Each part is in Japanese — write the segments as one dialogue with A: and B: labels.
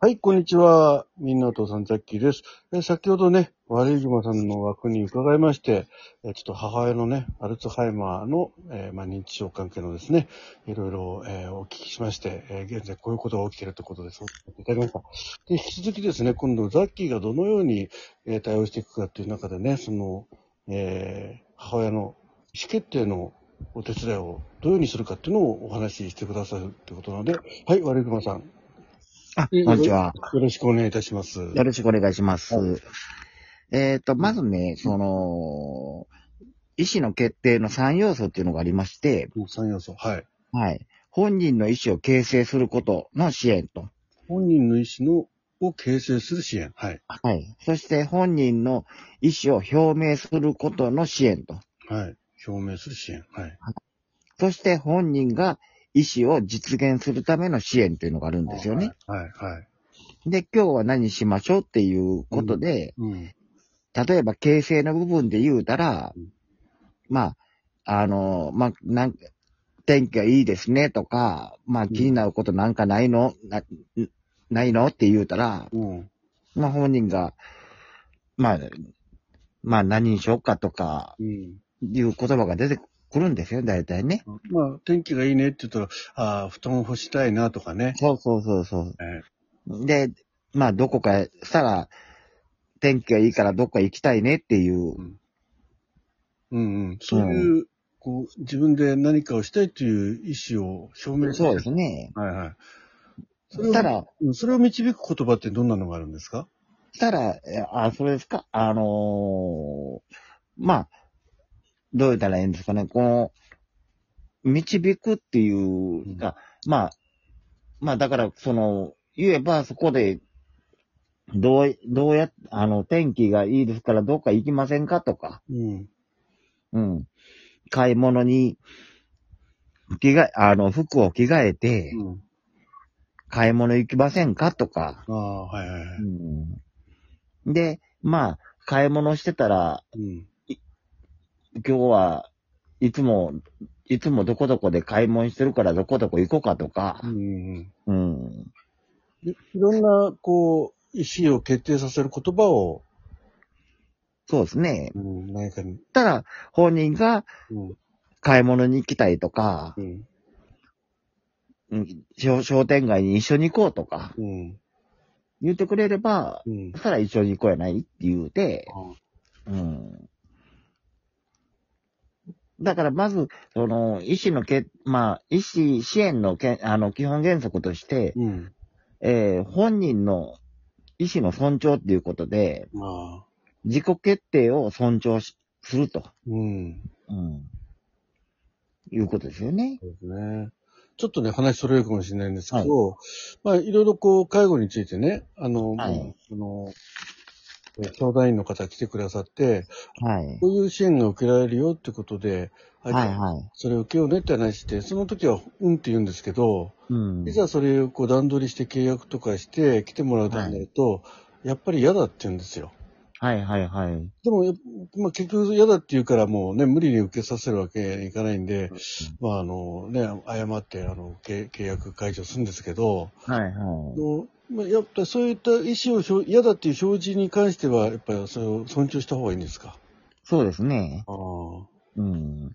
A: はい、こんにちは。みんなお父さん、ザッキーです。えー先ほどね、悪い熊さんの枠に伺いまして、えーちょっと母親のね、アルツハイマーの、えーまあ、認知症関係のですね、いろいろ、えーお聞きしまして、えー現在こういうことが起きているということです。いただきました。で、引き続きですね、今度、ザッキーがどのように、えー対応していくかっていう中でね、その、えー母親の意思決定のお手伝いをどういうふうにするかっていうのをお話ししてくださるってことなので、はい、悪い熊さん。
B: あ、
A: うん
B: こんにちは。
A: よろしくお願いいたします。
B: よろしくお願いします。
A: は
B: えっ、と、まずね、その、医師の決定の3要素っていうのがありまして、
A: 3要素。はい。
B: はい。本人の意思を形成することの支援と。
A: 本人の意思のを形成する支援。はい。
B: はい。そして本人の意思を表明することの支援と。
A: はい。表明する支援。はい。
B: そして本人が意思を実現するための支援というのがあるんですよね。
A: はい。はい。はい。
B: で、今日は何しましょうっていうことで、
A: うん。
B: 例えば形成の部分で言うたら
A: うん、
B: まあ、あの、まあ、なん、天気がいいですねとか、まあ、
A: ん
B: 気になることなんかないのな、ないのって言うたら、
A: うん。
B: まあ、本人が、まあ、まあ、何にしようかとか、
A: うん。
B: いう言葉が出てくるんですよ、大体ね。
A: まあ、天気がいいねって言ったら、ああ、布団を干したいなとかね。
B: そうそうそうそう。
A: え
B: で、まあ、どこかしたら、天気がいいからどっか行きたいねっていう、
A: うんうん。そういう、こう、自分で何かをしたいという意思を表明する。
B: そうですね。
A: はいはい。それを
B: ただ、
A: うんそれを導く言葉ってどんなのがあるんですか
B: したら、えあ、それですかあのーまあ、どう言ったらいいんですかね。この、導くっていうか、まあ、まあだから、その、言えばそこで、どう、どうや、あの、天気がいいですからどっか行きませんかとか、
A: うん。
B: うん。買い物に、着替え、あの、服を着替えて、
A: うん。
B: 買い物行きませんかとか、
A: ああ、はいはいはい。
B: うんで、まあ、買い物してたら、
A: うん。
B: 今日はいつも、いつもどこどこで買い物してるからどこどこ行こうかとか
A: う、んうんうん。
B: うん。
A: いいろんな、こう、意思を決定させる言葉を、
B: そうですね。
A: うん、何かに、
B: ただ、本人が
A: うん、
B: 買い物に行きたいとか
A: う、ん、
B: うん商商店街に一緒に行こうとか、
A: うん、
B: 言ってくれれば、
A: うん
B: そ。したら一緒に行こうやないって言うて、
A: あ
B: うん。だから、まず、その、医師のけ、まあ、医師支援のけ、あの、基本原則として、
A: うん。
B: えー本人の意思の尊重っていうことで、
A: まあ、
B: 自己決定を尊重しすると、
A: うん。
B: うん、いうことですよね。
A: そうですね。ちょっとね、話それるかもしれないんですけ
B: はい
A: ど、まあ、いろいろこう、介護についてね、あの、
B: はい
A: あの、え相談員の方来てくださって、
B: はい。
A: こういう支援が受けられるよってことで、あ
B: はいはい。
A: それを受けようねって話して、その時は、うんって言うんですけど、
B: うん
A: い。ざそれをこう段取りして契約とかして来てもらうとになると、やっぱり嫌だって言うんですよ。
B: はいはいはい。
A: でもやっ、まあ、結局嫌だって言うからもうね、無理に受けさせるわけにいかないんで、まああのね、謝ってあのけ契約解除するんですけど、
B: はいはい。
A: あのまあ、やっぱりそういった意思を表嫌だっていう表示に関しては、やっぱりそれを尊重した方がいいんですか。
B: そうですね。
A: ああ。
B: うん。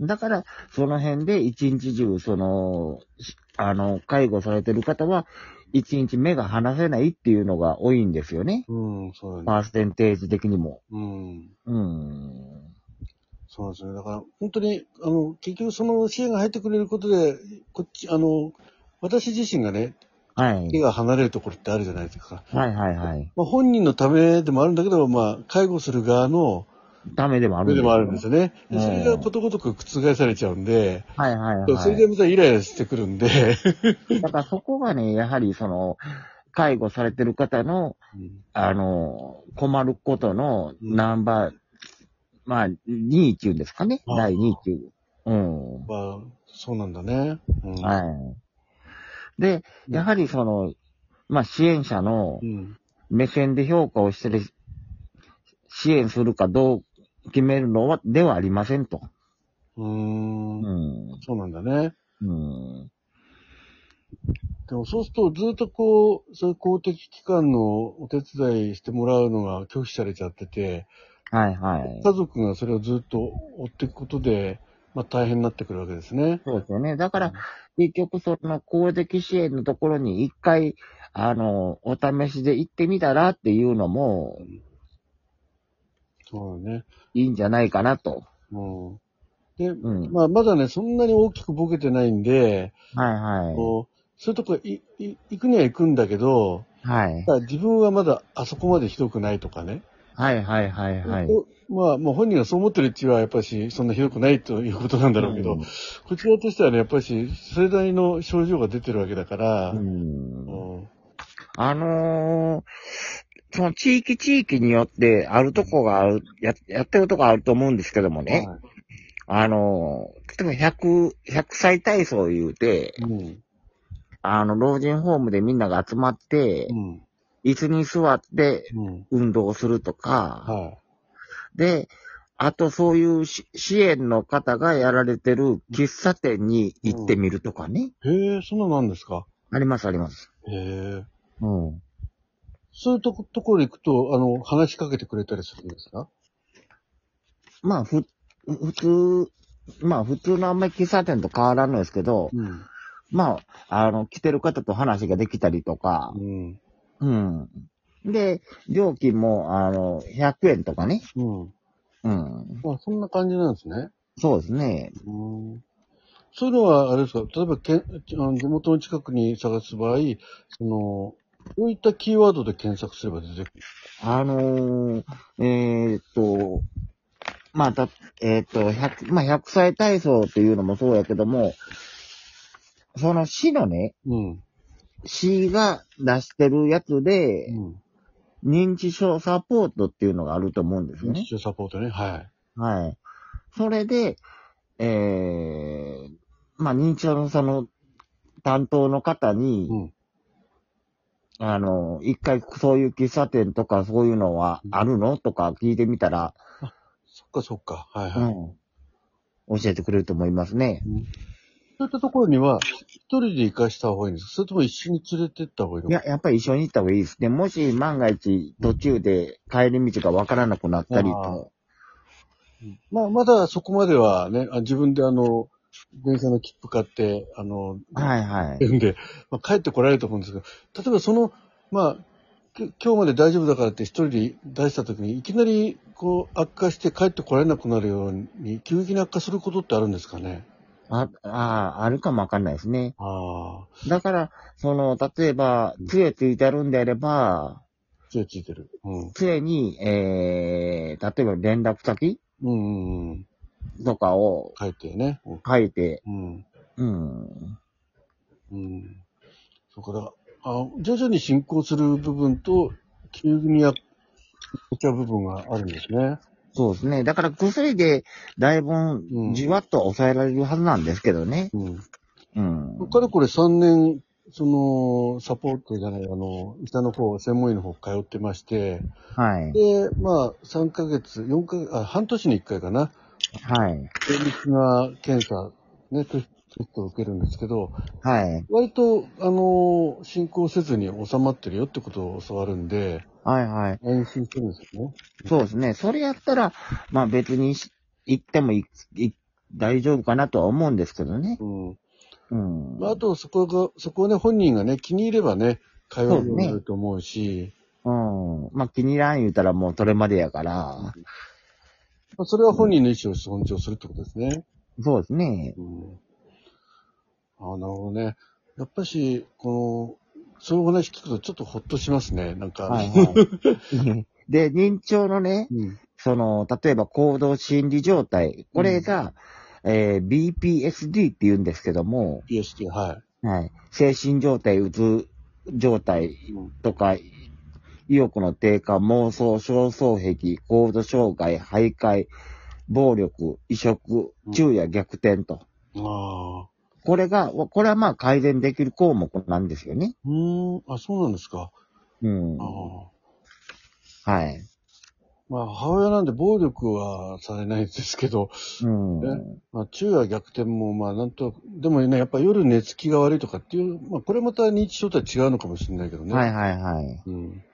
B: だから、その辺で一日中、その、しあの、介護されてる方は、一日目が離せないっていうのが多いんですよね。
A: うん、そうだね。
B: パーセンテージ的にも。
A: うん。
B: うん。
A: そうなんですね。だから、本当に、あの、結局その支援が入ってくれることで、こっち、あの、私自身がね、
B: はい
A: 手。が離れるところってあるじゃないですか。
B: はいはいはい。
A: まあ、本人のためでもあるんだけど、まあ、介護する側の
B: ダメでもあ
A: ためで
B: るんですよ
A: もあるんですよね。で
B: うん
A: それがことごとく覆されちゃうんで、
B: はいはいはい。
A: それでまたイライラしてくるんで、
B: だからそこがね、やはりその、介護されてる方の、あの、困ることのナンバー、まあ、2位っていうんですかね。
A: あ
B: 第2位っていう。うん。は
A: まあ、そうなんだね。うん。
B: い。で、
A: うん
B: やはりその、まあ、支援者の
A: うん。
B: 目線で評価をしてる、支援するかどう決めるのは、ではありませんと。
A: うーん
B: うん。
A: そうなんだね。
B: うん。
A: でもそうすると、ずっとこう、そういう公的機関のお手伝いしてもらうのが拒否されちゃってて、
B: はいはい。
A: 家族がそれをずっと追っていくことで、まあ大変になってくるわけですね。
B: そうですよね。だから、結局その公的支援のところに一回、あの、お試しで行ってみたらっていうのも
A: そうだね。
B: いいんじゃないかなと。
A: うん。で、
B: うん。
A: まあまだね、そんなに大きくボケてないんで、
B: はいは
A: こう、そういうとこいい行くには行くんだけど、
B: い。はい。
A: ただ自分はまだあそこまでひどくないとかね。
B: はいはいはいはい。
A: おまあ、もう本人がそう思ってるうちは、やっぱし、そんなひどくないということなんだろうけど、
B: うん
A: こちらとしてはね、やっぱし、それなりの症状が出てるわけだから、
B: うん。
A: うん
B: あのーその地域地域によってあるとこがある、ややってるとこあると思うんですけどもね。
A: は
B: あのー例えば100、100歳体操言うて、
A: いうん。
B: あの、老人ホームでみんなが集まって
A: う、ん。
B: 椅子に座って
A: うん。
B: 運動するとか、
A: は
B: で、あとそういうし支援の方がやられてる喫茶店に行ってみるとかね。
A: い。へえ、そんなのなんですか
B: ありますあります。
A: へえ。
B: うん。
A: そういうとこところに行くと、あの、話しかけてくれたりするんですか
B: まあ、ふ、普通、まあ普通のあんまり喫茶店と変わらんのですけど、
A: うん。
B: まあ、あの、来てる方と話ができたりとか、
A: うん。
B: うん。で、料金も、あの、100円とかね。
A: うん。
B: うん。
A: まあ、そんな感じなんですね。
B: そうですね。
A: うん。そういうのは、あれですか例えばけん、あの地元の近くに探す場合、その、どういったキーワードで検索すれば出てくる
B: あのーえーっと、まあ、た、えーっと、100、まあ、100歳体操っていうのもそうやけども、その市のね、
A: うん。
B: 市が出してるやつで、
A: うん。
B: 認知症サポートっていうのがあると思うんですよ
A: 認知
B: ね。
A: 症サポートね。はい。
B: はい。それで、えー、まあ、認知症のその、担当の方に、
A: うん。
B: あの、一回そういう喫茶店とかそういうのはあるのとか聞いてみたら、
A: そっかそっか。はいはい。
B: うん。教えてくれると思いますね。
A: そういったところには、一人で行かした方がいいんですかそれとも一緒に連れてった方がいいの
B: いや、やっぱり一緒に行った方がいいですね。もし万が一途中で帰り道がわからなくなったりと。
A: まあ、まだそこまではね、あ自分であの、電車の切符買って、あの、
B: はいはい。
A: んで、まあ、帰ってこられると思うんですけど、例えばその、まあ、き今日まで大丈夫だからって一人で出した時に、いきなりこう悪化して帰ってこられなくなるように、急激に悪化することってあるんですかね
B: あ、ああ、あるかもわかんないですね。
A: ああ、
B: だから、その、例えば、杖ついてあるんであれば、
A: 杖ついてる。うん。
B: 杖に、えー、例えば連絡先
A: うんうんうん。
B: とかを
A: 帰ってね。
B: 書いて、
A: うん。
B: うん。
A: うん。そうか、だから、あ徐々に進行する部分と、急にやっちゃう部分があるんですね。
B: そうですね。だから薬で、だいぶ
A: ん、
B: じわっと抑えられるはずなんですけどね。
A: うん。
B: うん。
A: かれこれ3年、その、サポートじゃない、あの、医者の方、専門医の方通ってまして、
B: はい。
A: で、まあ、3ヶ月、4ヶ月、あ、半年に1回かな、
B: はい。
A: 精密な検査、ね、テステストを受けるんですけど、
B: はい。
A: 割と、あの、進行せずに収まってるよってことを教わるんで、
B: はいはい。
A: 安心してるんですよね。
B: そうですね。それやったら、まあ別にし行ってもいい大丈夫かなとは思うんですけどね。
A: うん。
B: うん。
A: まあ、あと、そこが、そこをね、本人がね、気に入ればね、通えるようになると思うし、
B: うん。まあ気に入らん言うたらもうそれまでやから。
A: まあ、それは本人の意思を尊重するってことですね。
B: そうですね。
A: うん。ああ、なるほどね。やっぱし、この、そういうお話聞くとちょっとほっとしますね、なんか。
B: はいはい。で、認知症のね、
A: うん。
B: その、例えば行動心理状態。これが、えー BPSD って言うんですけども、
A: PST、は
B: はい。精神状態、うつ状態
A: い。うん。
B: とか、意欲の低下、妄想、焦燥癖、高度障害、徘徊、暴力、移植
A: うん、
B: 昼夜逆転と。
A: ああ。
B: これが、これはまあ改善できる項目なんですよね。
A: うーん。あ、そうなんですか。
B: うん。
A: あ
B: は
A: あ。
B: い。
A: まあ、母親なんで暴力はされないですけど、
B: うん。
A: まあ、昼夜逆転も、まあ、なんとなく、でもね、やっぱ夜寝つきが悪いとかっていう、まあ、これまた認知症とは違うのかもしれないけどね。
B: はいはいはい。
A: うん。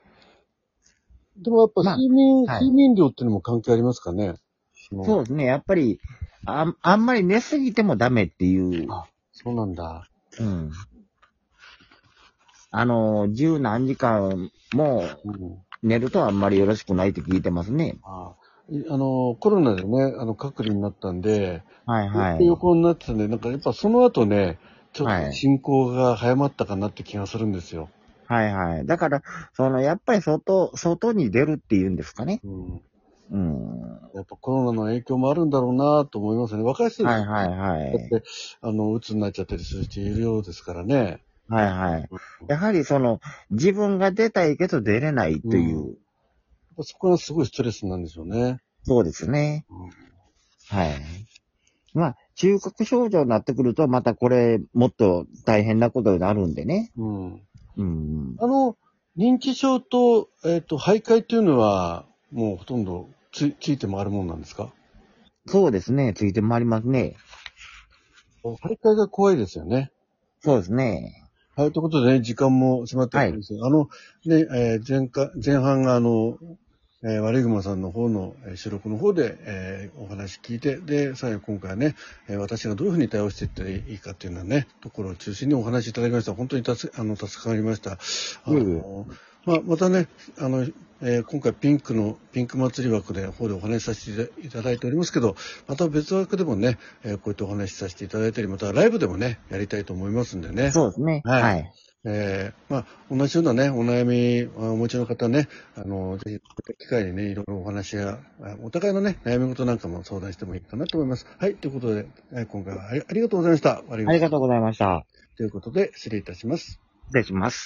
A: でもやっぱ
B: まあ
A: 睡眠、
B: はい
A: 睡眠量っていうのも関係ありますかね。
B: そう
A: う。
B: ですね。やっぱり、あんあんまり寝すぎてもダメっていう。
A: あそうなんだ。
B: うん。あの、十何時間も
A: うん。
B: 寝るとあんまりよろしくないって聞いてますね。
A: あいあの、コロナでね、あの、隔離になったんで、
B: はい
A: ず
B: は
A: っと
B: い。
A: 横になってたんで、なんかやっぱその後ね、ちょっ
B: は
A: と
B: い
A: 進行が早まったかなって気がするんですよ。
B: はいはい。だから、その、やっぱり外、外に出るっていうんですかね。
A: うん。
B: うん。は
A: やっぱコロナの影響もあるんだろうなと思いますね。若い人
B: い
A: で
B: は
A: す
B: いはい。
A: だって、あの、鬱になっちゃったりする人いるようですからね。
B: はいはい。
A: うんや
B: やはりその、自分が出たいけど出れないという。
A: うっぱそこがすごいストレスなんでしょうね。
B: そうですね。
A: うん
B: はい。まあ、中核症状になってくると、またこれ、もっと大変なことになるんでね。
A: うん。
B: うん。
A: あの、認知症と、えっ、と、徘徊というのは、もうほとんどつついて回るもんなんですか
B: そうですね。ついて回りますね。
A: 徘徊が怖いですよね。
B: そうですね。
A: はい、ということでね、時間も迫ってきてるんですけど、あの、ね、えー前回、前半があの、えー、悪い熊さんの方のえー収録の方で、えーお話聞いて、で、最後今回はね、えー私がどういうふうに対応していったらいいかっていうようなね、ところを中心にお話しいただきました。本当に助あの助かりました。あ
B: いえいえ
A: のまあ、またね、あの、えー今回ピンクの、ピンク祭り枠で方でお話しさせていただいておりますけど、また別枠でもね、えーこういったお話しさせていただいたり、またライブでもね、やりたいと思いますんでね。
B: そうですね。
A: はい
B: はい。
A: えーまあ、同じようなね、お悩みあお持ちの方ね、あの、ぜひ、こういった機会にね、いろいろお話や、あお互いのね、悩み事なんかも相談してもいいかなと思います。はい、ということで、えー今回はありありがとうございました。あり
B: ありがとうございました。
A: ということで、失礼いたします。
B: 失礼します。